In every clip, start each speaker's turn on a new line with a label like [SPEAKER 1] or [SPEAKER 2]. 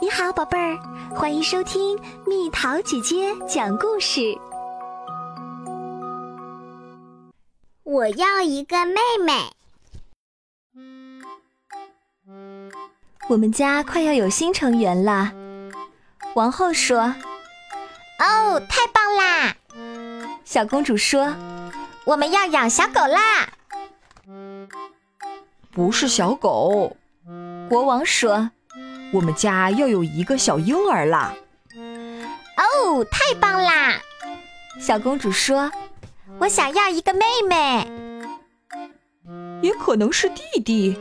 [SPEAKER 1] 你好，宝贝儿，欢迎收听蜜桃姐姐讲故事。
[SPEAKER 2] 我要一个妹妹。
[SPEAKER 1] 我们家快要有新成员了，王后说。
[SPEAKER 3] 哦，太棒啦！
[SPEAKER 1] 小公主说
[SPEAKER 3] 我们要养小狗啦！
[SPEAKER 4] 不是小狗，：“
[SPEAKER 1] 国王说，
[SPEAKER 4] 我们家要有一个小婴儿啦。
[SPEAKER 3] 哦，太棒啦！
[SPEAKER 1] 小公主说，
[SPEAKER 3] 我想要一个妹妹。
[SPEAKER 4] 也可能是弟弟，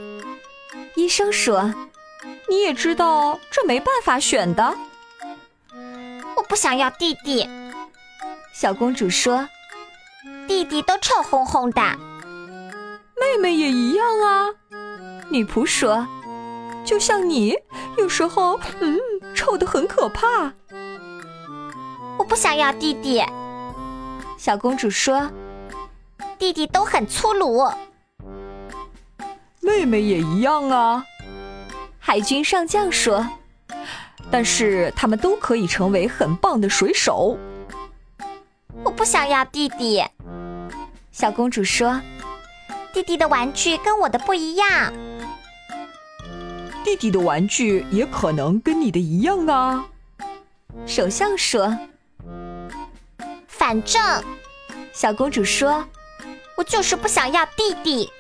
[SPEAKER 1] 医生说，
[SPEAKER 4] 你也知道这没办法选的。
[SPEAKER 3] 我不想要弟弟，
[SPEAKER 1] 小公主说，
[SPEAKER 3] 弟弟都臭烘烘的。
[SPEAKER 4] 妹妹也一样啊，
[SPEAKER 1] 女仆说，
[SPEAKER 4] 就像你，有时候嗯，臭得很可怕。
[SPEAKER 3] 我不想要弟弟，
[SPEAKER 1] 小公主说，
[SPEAKER 3] 弟弟都很粗鲁。
[SPEAKER 4] 妹妹也一样啊，
[SPEAKER 1] 海军上将说，
[SPEAKER 4] 但是他们都可以成为很棒的水手。
[SPEAKER 3] 我不想要弟弟，
[SPEAKER 1] 小公主说，
[SPEAKER 3] 弟弟的玩具跟我的不一样。
[SPEAKER 4] 弟弟的玩具也可能跟你的一样啊。
[SPEAKER 1] 首相说，
[SPEAKER 3] 反正
[SPEAKER 1] 小公主说，
[SPEAKER 3] 我就是不想要弟弟，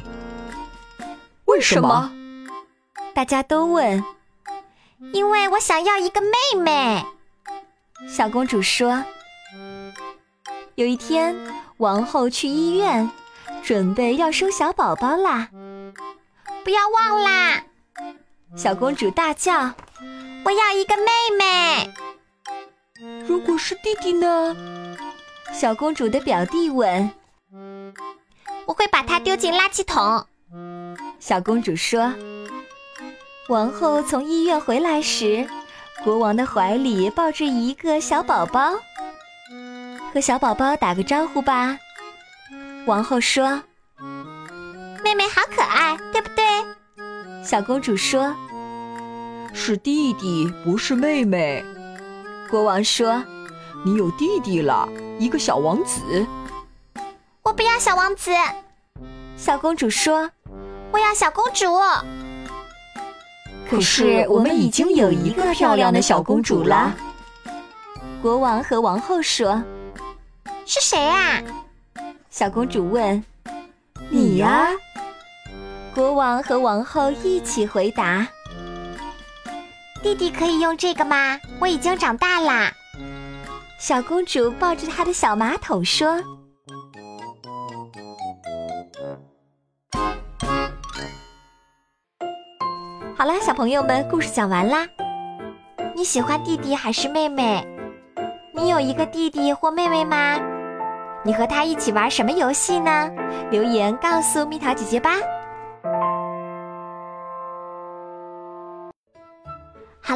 [SPEAKER 4] 为
[SPEAKER 1] 什么？大家都问。
[SPEAKER 3] 因为我想要一个妹妹。
[SPEAKER 1] 小公主说：“有一天，王后去医院，准备要生小宝宝啦。
[SPEAKER 3] 不要忘啦，
[SPEAKER 1] 小公主大叫
[SPEAKER 3] 我要一个妹妹。
[SPEAKER 4] 如果是弟弟呢？：‘
[SPEAKER 1] 小公主的表弟问。
[SPEAKER 3] 我会把它丢进垃圾桶。’
[SPEAKER 1] 小公主说：‘王后从医院回来时，国王的怀里抱着一个小宝宝。和小宝宝打个招呼吧。’王后说
[SPEAKER 3] 妹妹好可爱，对不对？：‘
[SPEAKER 1] 小公主说。
[SPEAKER 4] 是弟弟，不是妹妹。’
[SPEAKER 1] 国王说
[SPEAKER 4] 你有弟弟了，一个小王子。
[SPEAKER 3] 我不要小王子，：‘
[SPEAKER 1] 小公主说。’
[SPEAKER 3] 我要小公主。
[SPEAKER 1] 可是我们已经有一个漂亮的小公主了。”国王和王后说
[SPEAKER 3] 是谁啊？：“
[SPEAKER 1] 小公主问，
[SPEAKER 4] 你呀、
[SPEAKER 1] 国王和王后一起回答。
[SPEAKER 3] 弟弟可以用这个吗？我已经长大啦。
[SPEAKER 1] 小公主抱着她的小马桶说
[SPEAKER 3] 好啦，小朋友们，故事讲完啦。你喜欢弟弟还是妹妹？你有一个弟弟或妹妹吗？你和他一起玩什么游戏呢？留言告诉蜜桃姐姐吧。好